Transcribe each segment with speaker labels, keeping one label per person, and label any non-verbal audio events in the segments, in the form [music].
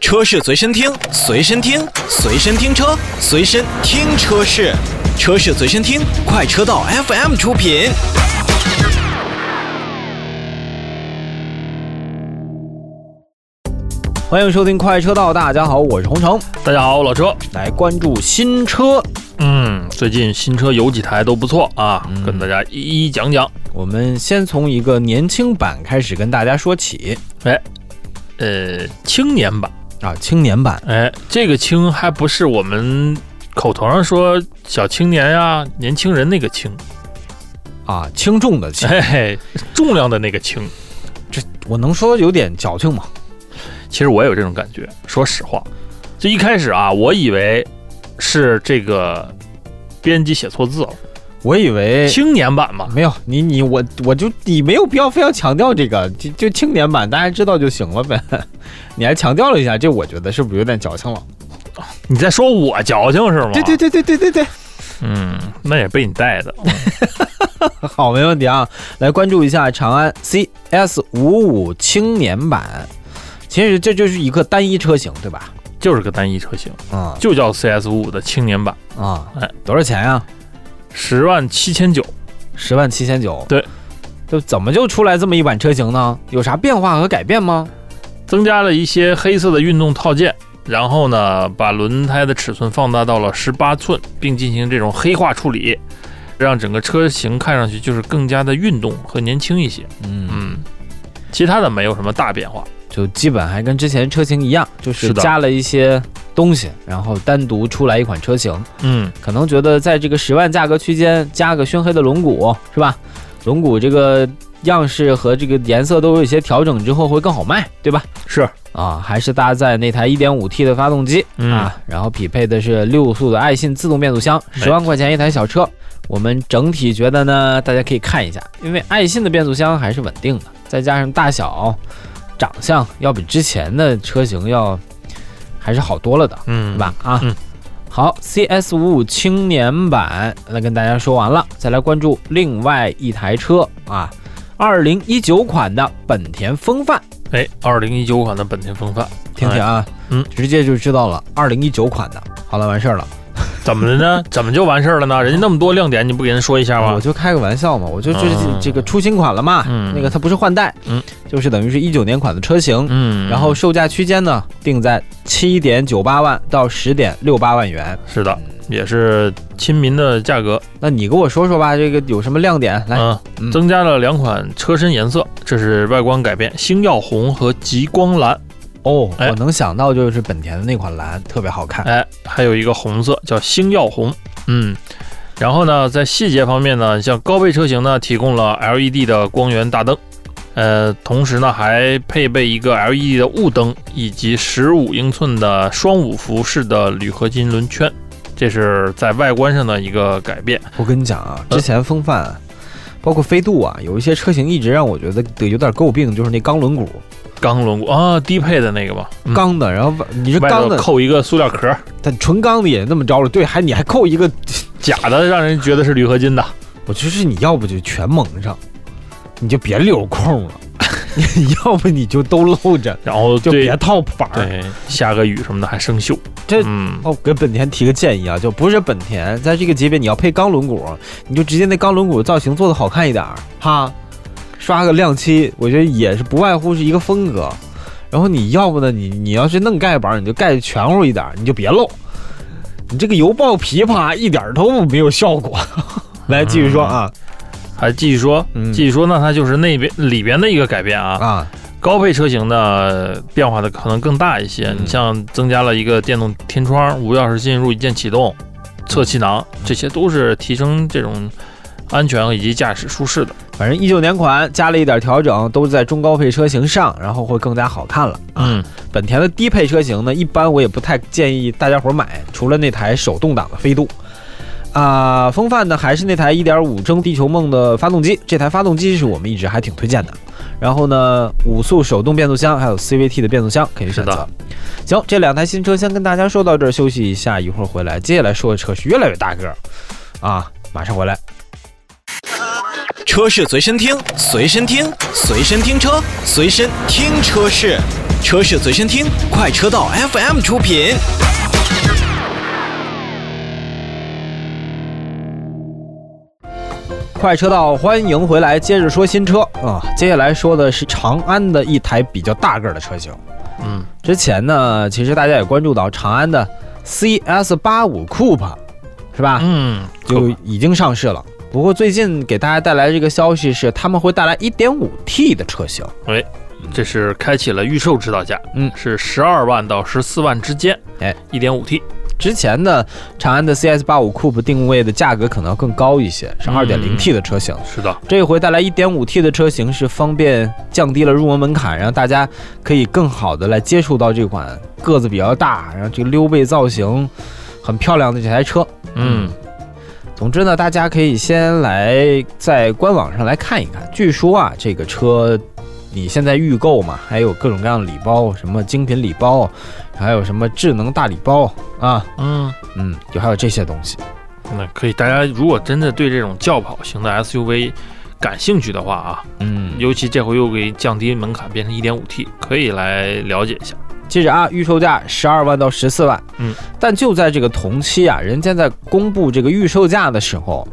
Speaker 1: 车市随身听，随身听，随身听车，随身听车市，车市随身听，快车道 FM 出品。
Speaker 2: 欢迎收听快车道，大家好，我是洪城，
Speaker 3: 大家好，我老车。
Speaker 2: 来关注新车。
Speaker 3: 嗯，最近新车有几台都不错啊，
Speaker 2: 嗯
Speaker 3: 跟大家一一讲讲。
Speaker 2: 我们先从一个年轻版开始跟大家说起
Speaker 3: 呃，青年版，
Speaker 2: 啊，青年版，
Speaker 3: 哎，这个青还不是我们口头上说小青年呀、年轻人那个轻，
Speaker 2: 啊，轻重的轻，
Speaker 3: 嘿嘿， [laughs] 重量的那个轻。
Speaker 2: 这我能说有点矫情吗？
Speaker 3: 其实我也有这种感觉，说实话，这一开始啊，我以为是这个编辑写错字了，
Speaker 2: 我以为
Speaker 3: 青年版嘛，
Speaker 2: 没有你你我我就你没有必要非要强调这个，就就青年版大家知道就行了呗。 [laughs] 你还强调了一下，这我觉得是不是有点矫情了？
Speaker 3: 你在说我矫情是吗？
Speaker 2: 对对，对对对对对，
Speaker 3: 嗯，那也被你带的。
Speaker 2: 好，没问题啊。来关注一下长安 CS 五五青年版，其实这就是一个单一车型，对吧？
Speaker 3: 就是个单一车型，
Speaker 2: 啊、
Speaker 3: 就叫 CS 五的青年版，
Speaker 2: 啊、
Speaker 3: 哎
Speaker 2: 多少钱啊？
Speaker 3: 十万七千九。
Speaker 2: 十万七千九。
Speaker 3: 对，
Speaker 2: 就怎么就出来这么一款车型呢？有啥变化和改变吗？
Speaker 3: 增加了一些黑色的运动套件，然后呢，把轮胎的尺寸放大到了十八寸，并进行这种黑化处理，让整个车型看上去就是更加的运动和年轻一些。
Speaker 2: 嗯，
Speaker 3: 嗯，其他的没有什么大变化。
Speaker 2: 就基本还跟之前车型一样，就是
Speaker 3: 是的
Speaker 2: 加了一些东西，然后单独出来一款车型。
Speaker 3: 嗯，
Speaker 2: 可能觉得在这个十万价格区间加个熏黑的轮毂，是吧？轮毂这个样式和这个颜色都有一些调整之后会更好卖，对吧？
Speaker 3: 是，
Speaker 2: 啊，还是搭载那台 1.5T 的发动机、
Speaker 3: 嗯
Speaker 2: 啊，然后匹配的是六速的爱信自动变速箱，
Speaker 3: 没
Speaker 2: 十万块钱一台小车。我们整体觉得呢，大家可以看一下，因为爱信的变速箱还是稳定的，再加上大小、长相要比之前的车型要还是好多了的。
Speaker 3: 嗯
Speaker 2: 对吧？啊，
Speaker 3: 嗯
Speaker 2: 好，CS 五五青年版那跟大家说完了，再来关注另外一台车啊，二零一九款的本田锋范，
Speaker 3: 哎，二零一九款的本田锋范，
Speaker 2: 听听啊，
Speaker 3: 嗯
Speaker 2: 直接就知道了，二零一九款的，好了，完事儿了，
Speaker 3: 怎么了呢？怎么就完事儿了呢？人家那么多亮点，你不给人说一下
Speaker 2: 我
Speaker 3: 吗？
Speaker 2: 就开个玩笑嘛，我就这
Speaker 3: 啊嗯
Speaker 2: 这个出新款了嘛，
Speaker 3: 嗯
Speaker 2: 那个它不是换代，
Speaker 3: 嗯，
Speaker 2: 就是等于是一九年款的车型。
Speaker 3: 嗯，
Speaker 2: 然后售价区间呢定在七点九八万到十点六八万元。
Speaker 3: 是的，也是亲民的价格。
Speaker 2: 那你给我说说吧，这个有什么亮点？来，嗯
Speaker 3: 嗯，增加了两款车身颜色，这是外观改变，星耀红和极光蓝，
Speaker 2: 哦，
Speaker 3: 哎
Speaker 2: 我能想到就是本田的那款蓝特别好看，
Speaker 3: 哎，还有一个红色叫星耀红，嗯。然后呢，在细节方面呢，像高配车型呢，提供了 LED 的光源大灯，呃，同时呢还配备一个 LED 的雾灯，以及十五英寸的双五辐式的铝合金轮圈，这是在外观上的一个改变。
Speaker 2: 我跟你讲啊，
Speaker 3: 呃
Speaker 2: 之前风范，包括飞度啊，有一些车型一直让我觉得有点诟病，就是那钢轮毂，
Speaker 3: 嗯钢轮毂啊，低配的那个嘛，嗯、
Speaker 2: 钢的，然后外你是
Speaker 3: 外
Speaker 2: 钢
Speaker 3: 头
Speaker 2: 的，
Speaker 3: 扣一个塑料壳，
Speaker 2: 但纯钢的也那么着了，对，还你还扣一个，
Speaker 3: 假的让人觉得是铝合金的。
Speaker 2: 我就是你要不就全蒙上，你就别留空了， [laughs] 你要不你就都露着，
Speaker 3: 然后
Speaker 2: 就
Speaker 3: 对
Speaker 2: 别套板儿。
Speaker 3: 对下个雨什么的还生锈，
Speaker 2: 这
Speaker 3: 嗯
Speaker 2: 哦，给本田提个建议啊，就不是本田，在这个级别你要配钢轮毂，你就直接那钢轮毂造型做的好看一点儿，哈，刷个亮漆，我觉得也是不外乎是一个风格。然后你要不呢，你你要是弄盖板儿，你就盖全乎一点儿，你就别露。你这个油爆琵琶一点儿都没有效果。 [laughs] 来继续说啊，
Speaker 3: 还继续说，
Speaker 2: 嗯
Speaker 3: 继续说，那它就是那边里边的一个改变啊。
Speaker 2: 啊，
Speaker 3: 高配车型呢变化的可能更大一些，
Speaker 2: 嗯
Speaker 3: 你像增加了一个电动天窗、无钥匙进入、一键启动、
Speaker 2: 嗯
Speaker 3: 侧气囊，这些都是提升这种安全以及驾驶舒适的。
Speaker 2: 反正一九年款加了一点儿调整，都是在中高配车型上，然后会更加好看了。啊
Speaker 3: 嗯，
Speaker 2: 本田的低配车型呢，一般我也不太建议大家伙儿买，除了那台手动挡的飞度。啊、风范呢还是那台1.5升地球梦的发动机，这台发动机是我们一直还挺推荐的。然后呢，五速手动变速箱还有 CVT 的变速箱可以选
Speaker 3: 是
Speaker 2: 择
Speaker 3: 的。
Speaker 2: 行，这两台新车先跟大家说到这儿，休息一下，一会儿回来。接下来说的车是越来越大个儿啊，马上回来。
Speaker 1: 车市随身听，随身听，随身听车，随身听车市，车市随身听，快车道 FM 出品。
Speaker 2: 快车道，欢迎回来，接着说新车啊。接下来说的是长安的一台比较大个儿的车型。
Speaker 3: 嗯，
Speaker 2: 之前呢，其实大家也关注到长安的 CS 八五 Coupe，是吧？
Speaker 3: 嗯，
Speaker 2: 就已经上市了。不过最近给大家带来这个消息是，他们会带来 1.5T 的车型。
Speaker 3: 这是开启了预售指导价，
Speaker 2: 嗯
Speaker 3: 是十二万到十四万之间，
Speaker 2: 哎，
Speaker 3: 一点五 T，
Speaker 2: 之前的长安的 CS 八五 Coupe 定位的价格可能要更高一些，是
Speaker 3: 嗯
Speaker 2: 2.0T 的车型。
Speaker 3: 是的，
Speaker 2: 这回带来 1.5T 的车型是方便降低了入门门槛，让大家可以更好的来接触到这款个子比较大，然后这个溜背造型很漂亮的这台车。
Speaker 3: 嗯，
Speaker 2: 总之呢，大家可以先来在官网上来看一看。据说啊，这个车你现在预购嘛，还有各种各样的礼包，什么精品礼包，还有什么智能大礼包啊，
Speaker 3: 嗯，
Speaker 2: 嗯，就还有这些东西。
Speaker 3: 那可以，大家如果真的对这种轿跑型的 SUV 感兴趣的话啊，
Speaker 2: 嗯，
Speaker 3: 尤其这回又给降低门槛，变成一点五 T，可以来了解一下。
Speaker 2: 接着啊，预售价十二万到十四万。
Speaker 3: 嗯，
Speaker 2: 但就在这个同期啊，人家在公布这个预售价的时候，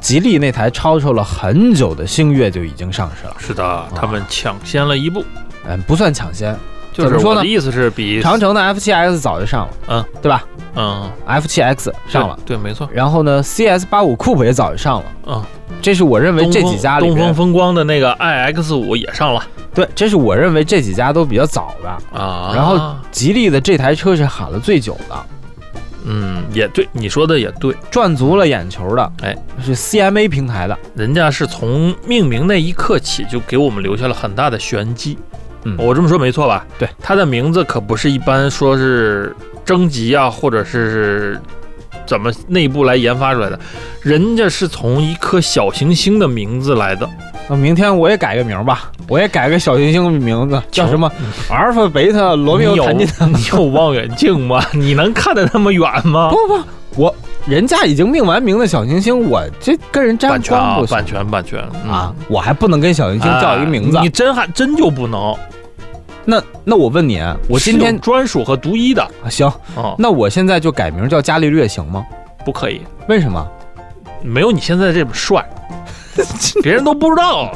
Speaker 2: 吉利那台吵吵了很久的星越就已经上市了。
Speaker 3: 是的，啊他们抢先了一步，
Speaker 2: 嗯，不算抢先，
Speaker 3: 就
Speaker 2: 怎
Speaker 3: 是
Speaker 2: 么说
Speaker 3: 我
Speaker 2: 呢
Speaker 3: 的意思是比
Speaker 2: 长城的 F 7 X 早就上了，
Speaker 3: 嗯，
Speaker 2: 对吧
Speaker 3: 嗯
Speaker 2: ？F 7 X 上了，
Speaker 3: 对，对没错，
Speaker 2: 然后呢，CS 八五 Coupe 也早就上了。
Speaker 3: 嗯，
Speaker 2: 这是我认为
Speaker 3: 东
Speaker 2: 这
Speaker 3: 风
Speaker 2: 几家里
Speaker 3: 东风
Speaker 2: 边，
Speaker 3: 风光的那个 iX 五也上了
Speaker 2: 对，这是我认为这几家都比较早的。
Speaker 3: 啊，
Speaker 2: 然后吉利的这台车是喊了最久的，
Speaker 3: 嗯，也对，你说的也对，
Speaker 2: 赚足了眼球的，
Speaker 3: 哎，
Speaker 2: 是 CMA 平台的。
Speaker 3: 人家是从命名那一刻起就给我们留下了很大的玄机。
Speaker 2: 嗯
Speaker 3: 我这么说没错吧？
Speaker 2: 对，
Speaker 3: 它的名字可不是一般说是征集啊，或者是怎么内部来研发出来的，人家是从一颗小行星的名字来的，
Speaker 2: 那明天我也改个名儿吧，我也改个小行星的名字，叫
Speaker 3: 行
Speaker 2: 什么？阿尔法、贝塔、罗密欧、
Speaker 3: 你
Speaker 2: 谭金。
Speaker 3: 啊嗯有 [laughs] 你有望远镜吗？ [laughs] 你能看得那么远吗？
Speaker 2: 人家已经命完名的小行星，我这跟人沾
Speaker 3: 版权
Speaker 2: 光
Speaker 3: 啊
Speaker 2: 不，行
Speaker 3: 版权，版权、嗯、
Speaker 2: 啊！我还不能跟小行星叫一个名字
Speaker 3: 啊。你真还真就不能。
Speaker 2: 那那我问你，啊我今
Speaker 3: 是
Speaker 2: 天
Speaker 3: 有专属和独一的
Speaker 2: 啊行，
Speaker 3: 哦，
Speaker 2: 那我现在就改名叫伽利略行吗？
Speaker 3: 不可以，
Speaker 2: 为什么？
Speaker 3: 没有你现在这
Speaker 2: [laughs]
Speaker 3: 么帅，别人都不知道。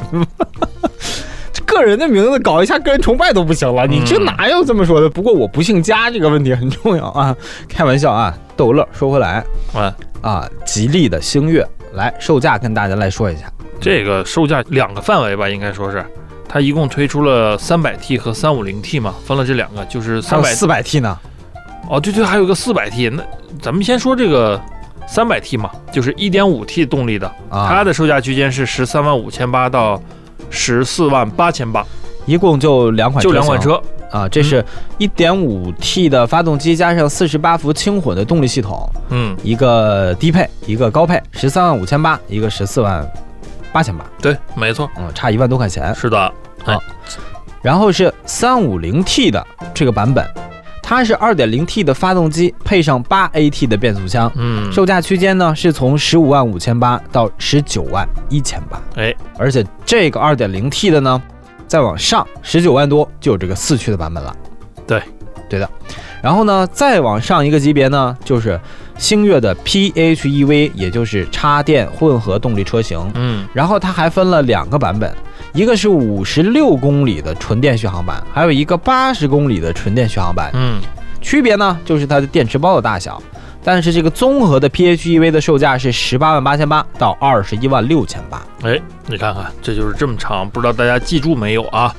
Speaker 2: 个人的名字搞一下个人崇拜都不行了，你这
Speaker 3: 嗯
Speaker 2: 哪有这么说的？不过我不姓伽这个问题很重要啊，开玩笑啊，逗乐。说回来
Speaker 3: 啊，
Speaker 2: 啊，吉利的星越来售价跟大家来说一下，
Speaker 3: 这个售价两个范围吧，应该说是，它一共推出了三百 T 和三五零 T 嘛，分了这两个，就是
Speaker 2: 还
Speaker 3: 三
Speaker 2: 有
Speaker 3: 百
Speaker 2: 四百 T 呢。
Speaker 3: 哦，对对，还有一个四百 T。那咱们先说这个三百 T 嘛，就是一点五 T 动力的，
Speaker 2: 啊，
Speaker 3: 它的售价区间是十三万五千八到十四万八千八，
Speaker 2: 一共就两款，
Speaker 3: 就两款车。嗯
Speaker 2: 啊，这是一点五 T 的发动机加上四十八伏轻混的动力系统，
Speaker 3: 嗯，
Speaker 2: 一个低配，一个高配，十三万五千八，一个十四万八千八，
Speaker 3: 对，没错，
Speaker 2: 嗯，差一万多块钱。
Speaker 3: 是的，
Speaker 2: 然后是三五零 T 的这个版本，它是二点零 T 的发动机配上八 AT 的变速箱，
Speaker 3: 嗯，
Speaker 2: 售价区间呢是从十五万五千八到十九万一千八。
Speaker 3: 哎，
Speaker 2: 而且这个二点零 T 的呢，再往上十九万多就有这个四驱的版本了。
Speaker 3: 对，
Speaker 2: 对的。然后呢，再往上一个级别呢，就是星越的 PHEV，也就是插电混合动力车型。
Speaker 3: 嗯。
Speaker 2: 然后它还分了两个版本，一个是五十六公里的纯电续航版，还有一个八十公里的纯电续航版。
Speaker 3: 嗯
Speaker 2: 区别呢，就是它的电池包的大小。但是这个综合的 PHEV 的售价是十八万八千八到二十一万六千八。，
Speaker 3: 哎，你看看，这就是这么长，不知道大家记住没有啊？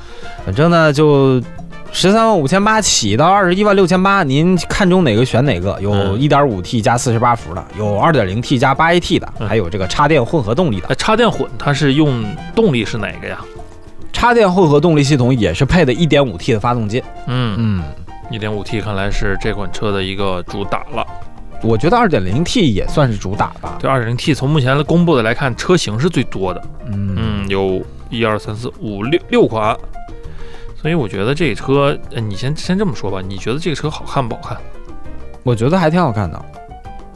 Speaker 2: 反正呢，就十三万五千八起到二十一万六千八，您看中哪个选哪个。有
Speaker 3: 嗯
Speaker 2: 1 5 T 加48伏的，有2 0 T 加8 AT 的，
Speaker 3: 嗯
Speaker 2: 还有这个插电混合动力的
Speaker 3: 哎，。插电混它是用动力是哪个呀？
Speaker 2: 插电混合动力系统也是配的1 5 T 的发动机。
Speaker 3: 嗯，
Speaker 2: 嗯，
Speaker 3: 一点五 T 看来是这款车的一个主打了。
Speaker 2: 我觉得2 0 T 也算是主打吧。
Speaker 3: 对，二点零 T 从目前的公布的来看，车型是最多的，
Speaker 2: 嗯，
Speaker 3: 嗯，有一二三四五六六款。所以我觉得这车，呃你先先这么说吧，你觉得这个车好看不好看？
Speaker 2: 我觉得还挺好看的。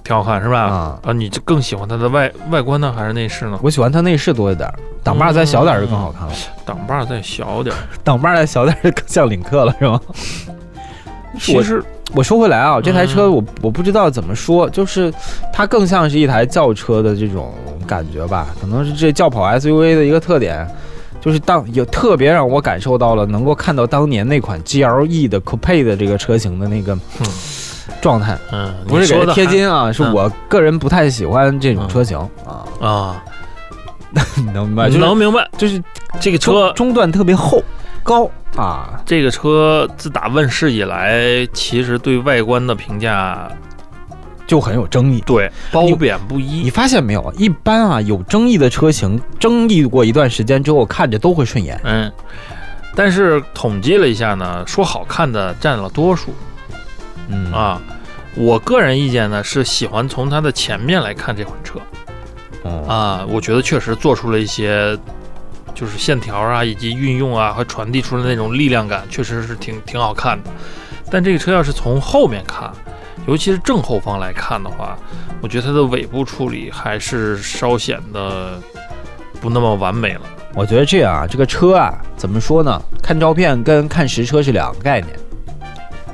Speaker 3: 挺好看是吧？
Speaker 2: 啊
Speaker 3: 啊，你就更喜欢它的外外观呢，还是内饰呢？
Speaker 2: 我喜欢它内饰多一点儿，挡把儿再小点儿就更好看了。
Speaker 3: 挡把儿再小点儿，
Speaker 2: 嗯挡把儿再小点儿就更像领克了，是 [laughs] 吗？
Speaker 3: 其实
Speaker 2: 我说回来啊，这台车
Speaker 3: 嗯
Speaker 2: 我我不知道怎么说，就是它更像是一台轿车的这种感觉吧，可能是这轿跑 SUV 的一个特点，就是当有特别让我感受到了能够看到当年那款 GLE 的 Coupe 的这个车型的那个
Speaker 3: 嗯
Speaker 2: 状态，
Speaker 3: 嗯，
Speaker 2: 不是给
Speaker 3: 你说
Speaker 2: 人
Speaker 3: 的
Speaker 2: 贴
Speaker 3: 还嗯
Speaker 2: 金啊，是我个人不太喜欢这种车型啊，
Speaker 3: 啊，
Speaker 2: [laughs] 你能明白？就是
Speaker 3: 能明白
Speaker 2: 就是
Speaker 3: 这个车
Speaker 2: 中中段特别厚高啊，
Speaker 3: 这个车自打问世以来，其实对外观的评价
Speaker 2: 就很有争议。
Speaker 3: 对褒
Speaker 2: 你
Speaker 3: 贬不
Speaker 2: 你
Speaker 3: 一。
Speaker 2: 发现没有？一般啊，有争议的车型，争议过一段时间之后，看着都会顺眼。
Speaker 3: 嗯，但是统计了一下呢，说好看的占了多数
Speaker 2: 嗯，
Speaker 3: 啊。我个人意见呢是喜欢从它的前面来看这款车
Speaker 2: 啊，
Speaker 3: 啊，我觉得确实做出了一些。就是线条啊，以及运用啊，和传递出的那种力量感，确实是挺挺好看的。但这个车要是从后面看，尤其是正后方来看的话，我觉得它的尾部处理还是稍显得不那么完美了。
Speaker 2: 我觉得这样啊，这个车啊，怎么说呢？看照片跟看实车是两个概念。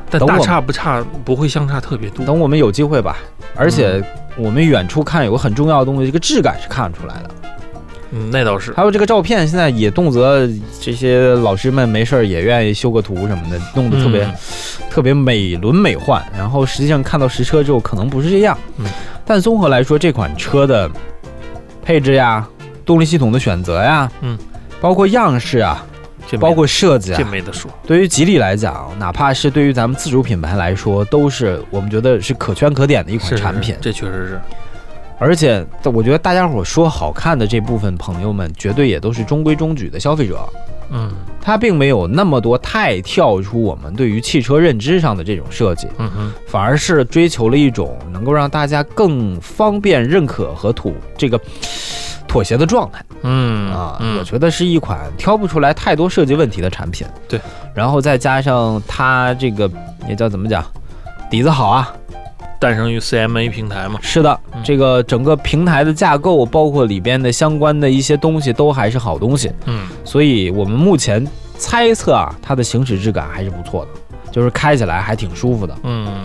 Speaker 3: 但
Speaker 2: 等
Speaker 3: 大
Speaker 2: 我
Speaker 3: 差不差，不会相差特别多。
Speaker 2: 等我们有机会吧。而且
Speaker 3: 嗯
Speaker 2: 我们远处看有个很重要的东西，这个质感是看得出来的。
Speaker 3: 嗯，那倒是。
Speaker 2: 还有这个照片，现在也动辄这些老师们没事儿也愿意修个图什么的，弄得特别、
Speaker 3: 嗯
Speaker 2: 特别美轮美奂。然后实际上看到实车之后，可能不是这样。
Speaker 3: 嗯，
Speaker 2: 但综合来说，这款车的配置呀、动力系统的选择呀，
Speaker 3: 嗯，
Speaker 2: 包括样式啊，
Speaker 3: 这没
Speaker 2: 包括设计
Speaker 3: 这
Speaker 2: 啊，
Speaker 3: 没得说。
Speaker 2: 对于吉利来讲，哪怕是对于咱们自主品牌来说，都是我们觉得是可圈可点的一款
Speaker 3: 是
Speaker 2: 产品。
Speaker 3: 这确实是。
Speaker 2: 而且我觉得大家伙说好看的这部分朋友们，绝对也都是中规中矩的消费者。
Speaker 3: 嗯
Speaker 2: 它并没有那么多太跳出我们对于汽车认知上的这种设计，
Speaker 3: 嗯哼，
Speaker 2: 反而是追求了一种能够让大家更方便认可和妥这个 [sniffs] 妥协的状态
Speaker 3: 嗯
Speaker 2: 啊。我
Speaker 3: 嗯
Speaker 2: 觉得是一款挑不出来太多设计问题的产品。
Speaker 3: 对，
Speaker 2: 然后再加上它这个也叫怎么讲，底子好啊。
Speaker 3: 诞生于 CMA 平台嘛。
Speaker 2: 是的
Speaker 3: 嗯，
Speaker 2: 这个整个平台的架构，包括里边的相关的一些东西，都还是好东西。
Speaker 3: 嗯，
Speaker 2: 所以我们目前猜测啊，它的行驶质感还是不错的，就是开起来还挺舒服的。
Speaker 3: 嗯，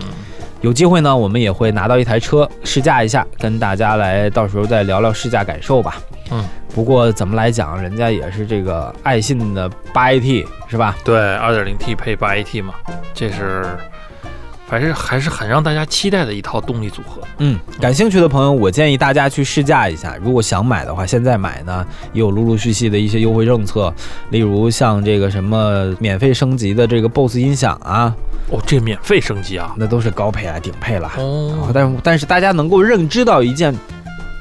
Speaker 2: 有机会呢，我们也会拿到一台车试驾一下，跟大家来到时候再聊聊试驾感受吧。
Speaker 3: 嗯，
Speaker 2: 不过怎么来讲，人家也是这个爱信的八 AT 是吧？
Speaker 3: 对，二点零 T 配八 AT 嘛，这是还是还是很让大家期待的一套动力组合。
Speaker 2: 嗯，感兴趣的朋友，我建议大家去试驾一下。如果想买的话，现在买呢也有陆陆续续的一些优惠政策，例如像这个什么免费升级的这个 BOSS 音响啊，
Speaker 3: 哦，这免费升级啊！
Speaker 2: 那都是高配啊、顶配了。啊
Speaker 3: 哦，
Speaker 2: 但是但是大家能够认知到一件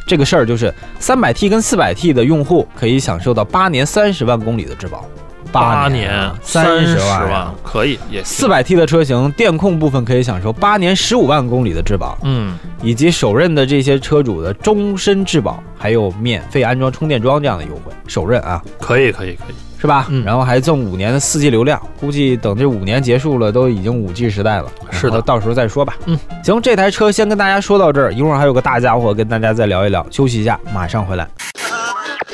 Speaker 2: 这个事儿，就是三百 T 跟四百 T 的用户可以享受到八年三十万公里的质保，
Speaker 3: 八
Speaker 2: 年
Speaker 3: 三
Speaker 2: 十
Speaker 3: 万
Speaker 2: 万。
Speaker 3: 可以，也行
Speaker 2: 四。百 T 的车型，电控部分可以享受八年十五万公里的质保，
Speaker 3: 嗯
Speaker 2: 以及首任的这些车主的终身质保，还有免费安装充电桩这样的优惠，首任啊，，
Speaker 3: 可以，可以，可以。
Speaker 2: 是吧？
Speaker 3: 嗯
Speaker 2: 然后还赠五年的四 G 流量，估计等这五年结束了，都已经五 G 时代了。
Speaker 3: 是的
Speaker 2: 然后到时候再说吧。
Speaker 3: 嗯，
Speaker 2: 行，这台车先跟大家说到这儿，一会儿还有个大家伙跟大家再聊一聊，休息一下，马上回来。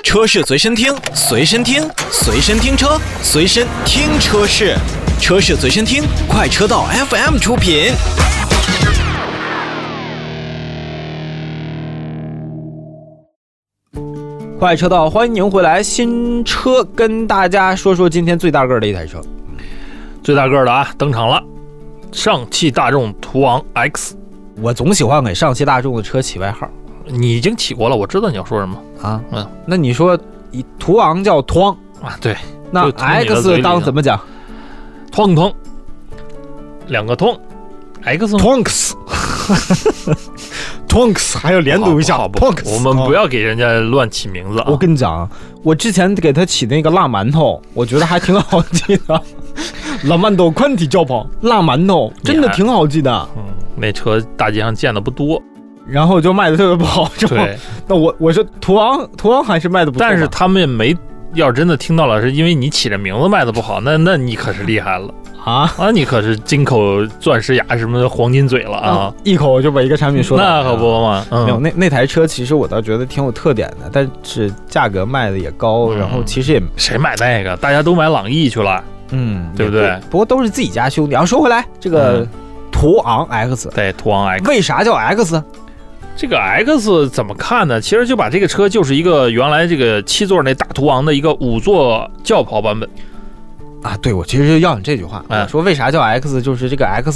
Speaker 1: 车是随身听，随身听，随身听车，随身听车是，车是随身听，快车道 FM 出品。
Speaker 2: 快车道，欢迎回来，新车跟大家说说今天最大个儿的一台车，
Speaker 3: 最大个儿的啊，登场了，上汽大众途昂 X。
Speaker 2: 我总喜欢给上汽大众的车起外号
Speaker 3: 你已经起过了，我知道你要说什么
Speaker 2: 啊。
Speaker 3: 嗯，
Speaker 2: 那你说以途昂叫途昂，
Speaker 3: 啊。对，
Speaker 2: 那
Speaker 3: 就从你的嘴
Speaker 2: X
Speaker 3: 里
Speaker 2: 当
Speaker 3: 呢
Speaker 2: 怎么讲
Speaker 3: 通通，两个通，X 吗
Speaker 2: [laughs] ？Tonks。Tonks 还要连
Speaker 3: 好不好不好我们不要给人家乱起名字啊。
Speaker 2: 我跟你讲啊，我之前给他起那个辣馒头，我觉得还挺好记的。 [laughs] 辣馒头宽体轿跑，辣馒头真的挺好记的。
Speaker 3: 嗯，那车大街上见的不多，
Speaker 2: 然后就卖的特 [laughs] 别不好，是吧？
Speaker 3: [laughs] 对，
Speaker 2: 那我我说途昂，途昂还是卖的不错吧，
Speaker 3: 但
Speaker 2: [laughs]
Speaker 3: 是他们也没。要真的听到了，是因为你起这名字卖的不好，那那你可是厉害了
Speaker 2: 啊
Speaker 3: 啊，你可是金口钻石牙什么黄金嘴了啊！，
Speaker 2: 一口就把一个产品说到
Speaker 3: 那
Speaker 2: 底
Speaker 3: 可
Speaker 2: 了
Speaker 3: 不嘛，嗯、
Speaker 2: 没有那那台车，其实我倒觉得挺有特点的，但是价格卖的也高，
Speaker 3: 嗯
Speaker 2: 然后其实也
Speaker 3: 谁买那个？大家都买朗逸去了，
Speaker 2: 嗯，
Speaker 3: 对不
Speaker 2: 也
Speaker 3: 对
Speaker 2: 不过都是自己家兄弟。然后说回来，这个
Speaker 3: 嗯
Speaker 2: 途昂 X
Speaker 3: 对，途昂 X
Speaker 2: 为啥叫 X？
Speaker 3: 这个 X 怎么看呢？其实就把这个车就是一个原来这个七座那大途昂的一个五座轿跑版本。
Speaker 2: 啊，对，我其实就要你这句话，
Speaker 3: 嗯
Speaker 2: 我说为啥叫 X，就是这个 X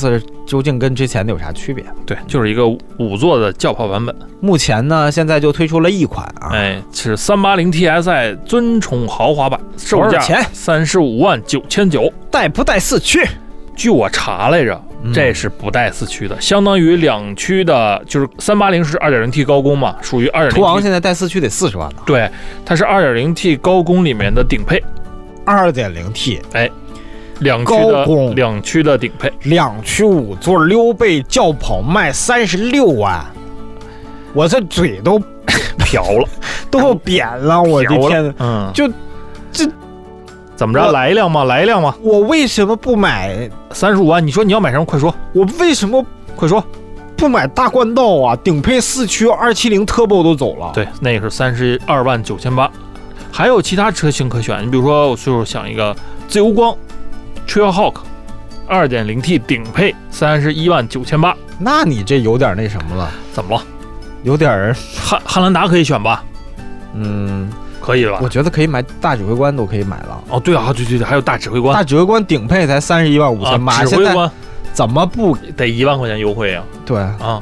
Speaker 2: 究竟跟之前的有啥区别？
Speaker 3: 对，就是一个五座的轿跑版本，
Speaker 2: 目前呢，现在就推出了一款啊，
Speaker 3: 哎，是三八零 TSI 尊宠豪华版，售
Speaker 2: 多
Speaker 3: 价
Speaker 2: 少钱
Speaker 3: 三十五万九千九。
Speaker 2: 带不带四驱？
Speaker 3: 据我查来着，这是不带四驱的，相当于两驱的，就是三八零是二点零 T 高功嘛，属于二点
Speaker 2: 途昂
Speaker 3: 零 T，
Speaker 2: 现在带四驱得四十万呢，
Speaker 3: 对，它是二点零 T 高功里面的顶配，
Speaker 2: 二点零 T
Speaker 3: 两驱
Speaker 2: 高
Speaker 3: 的
Speaker 2: 功
Speaker 3: 两驱的顶配。
Speaker 2: 两驱五座溜背轿跑卖三十六万，我这嘴都 [laughs]
Speaker 3: 瓢了，
Speaker 2: 都要扁了，我的
Speaker 3: 瓢
Speaker 2: 天
Speaker 3: 了
Speaker 2: 呐，，
Speaker 3: 嗯，
Speaker 2: 就这
Speaker 3: 怎么着？
Speaker 2: 我
Speaker 3: 来一辆嘛，来一辆嘛，
Speaker 2: 我为什么不买？
Speaker 3: 三十五万，你说你要买什么？快说，
Speaker 2: 我为什么
Speaker 3: 快说。
Speaker 2: 不买大冠道啊？顶配四驱二七零 Turbo 都走了，，
Speaker 3: 对，那个是三十二万九千八，还有其他车型可选，你比如说，我就是想一个自由光 Trailhawk。二点零 T 顶配三十一万九千八，
Speaker 2: 那你这有点那什么了，
Speaker 3: 怎么了？
Speaker 2: 有点儿
Speaker 3: 汉汉兰达可以选吧？
Speaker 2: 嗯，
Speaker 3: 可以了
Speaker 2: 我
Speaker 3: 吧？
Speaker 2: 觉得可以买大指挥官都可以买了。
Speaker 3: 哦，对啊，对对对，还有大指挥官，
Speaker 2: 大指挥官顶配才三十一万五千
Speaker 3: 啊、
Speaker 2: 八，
Speaker 3: 指
Speaker 2: 现
Speaker 3: 挥
Speaker 2: 在
Speaker 3: 官
Speaker 2: 怎么不
Speaker 3: 得一万块钱优惠啊
Speaker 2: 对？
Speaker 3: 啊！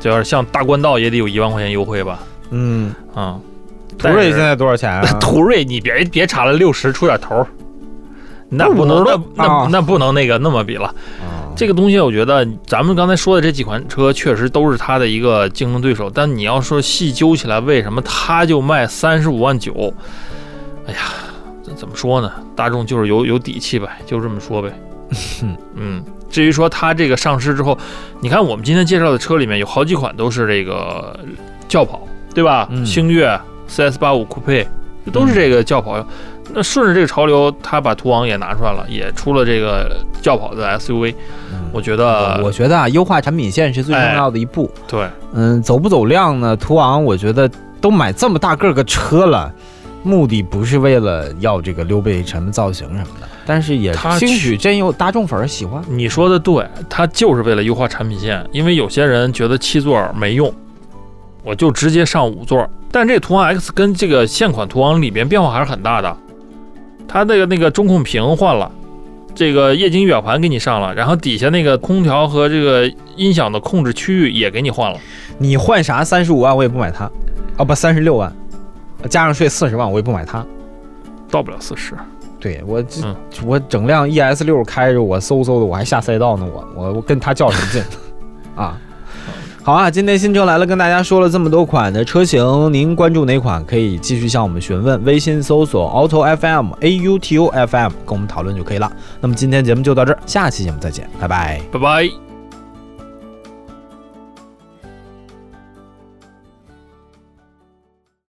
Speaker 3: 就要是像大冠道也得有一万块钱优惠吧？
Speaker 2: 嗯，
Speaker 3: 啊、
Speaker 2: 途
Speaker 3: 但
Speaker 2: 锐
Speaker 3: 是
Speaker 2: 现在多少钱
Speaker 3: [laughs]
Speaker 2: 啊？
Speaker 3: 途锐，你别别查了，六十出点头儿，那不能，那那、
Speaker 2: 啊
Speaker 3: 那不能那个那么比了。
Speaker 2: 啊
Speaker 3: 这个东西，我觉得咱们刚才说的这几款车确实都是它的一个竞争对手，但你要说细究起来，为什么它就卖三十五万九？哎呀，这怎么说呢？大众就是有有底气呗，就这么说呗。嗯，至于说它这个上市之后，你看我们今天介绍的车里面有好几款都是这个轿跑，对吧？
Speaker 2: 嗯
Speaker 3: 星越、CS 八五酷配，这都是这个轿跑。那顺着这个潮流，它把途昂也拿出来了，也出了这个轿跑的 SUV。
Speaker 2: 嗯
Speaker 3: 我觉得，
Speaker 2: 我觉得啊，优化产品线是最重要的一步。
Speaker 3: 对，
Speaker 2: 嗯，走不走量呢？途昂，我觉得都买这么大个儿个车了，目的不是为了要这个溜背什么造型什么的，但是也
Speaker 3: 它
Speaker 2: 兴
Speaker 3: 去
Speaker 2: 许真有大众粉儿喜欢。
Speaker 3: 你说的对，它就是为了优化产品线，因为有些人觉得七座没用，我就直接上五座。但这途昂 X 跟这个现款途昂里边变化还是很大的，它那个那个中控屏换了。这个液晶仪表盘给你上了，然后底下那个空调和这个音响的控制区域也给你换了。
Speaker 2: 你换啥三十五万我也不买它，哦不三十六万，加上税四十万我也不买它。
Speaker 3: 到不了四十，
Speaker 2: 对我这、
Speaker 3: 嗯
Speaker 2: 我整辆 ES 六开着我嗖嗖的，我还下赛道呢，我我我跟他较什么劲啊？好啊，今天新车来了，跟大家说了这么多款的车型，您关注哪款可以继续向我们询问，微信搜索 auto FM A U T O F M 跟我们讨论就可以了。那么今天节目就到这儿，下期节目再见，拜拜。
Speaker 3: 拜拜。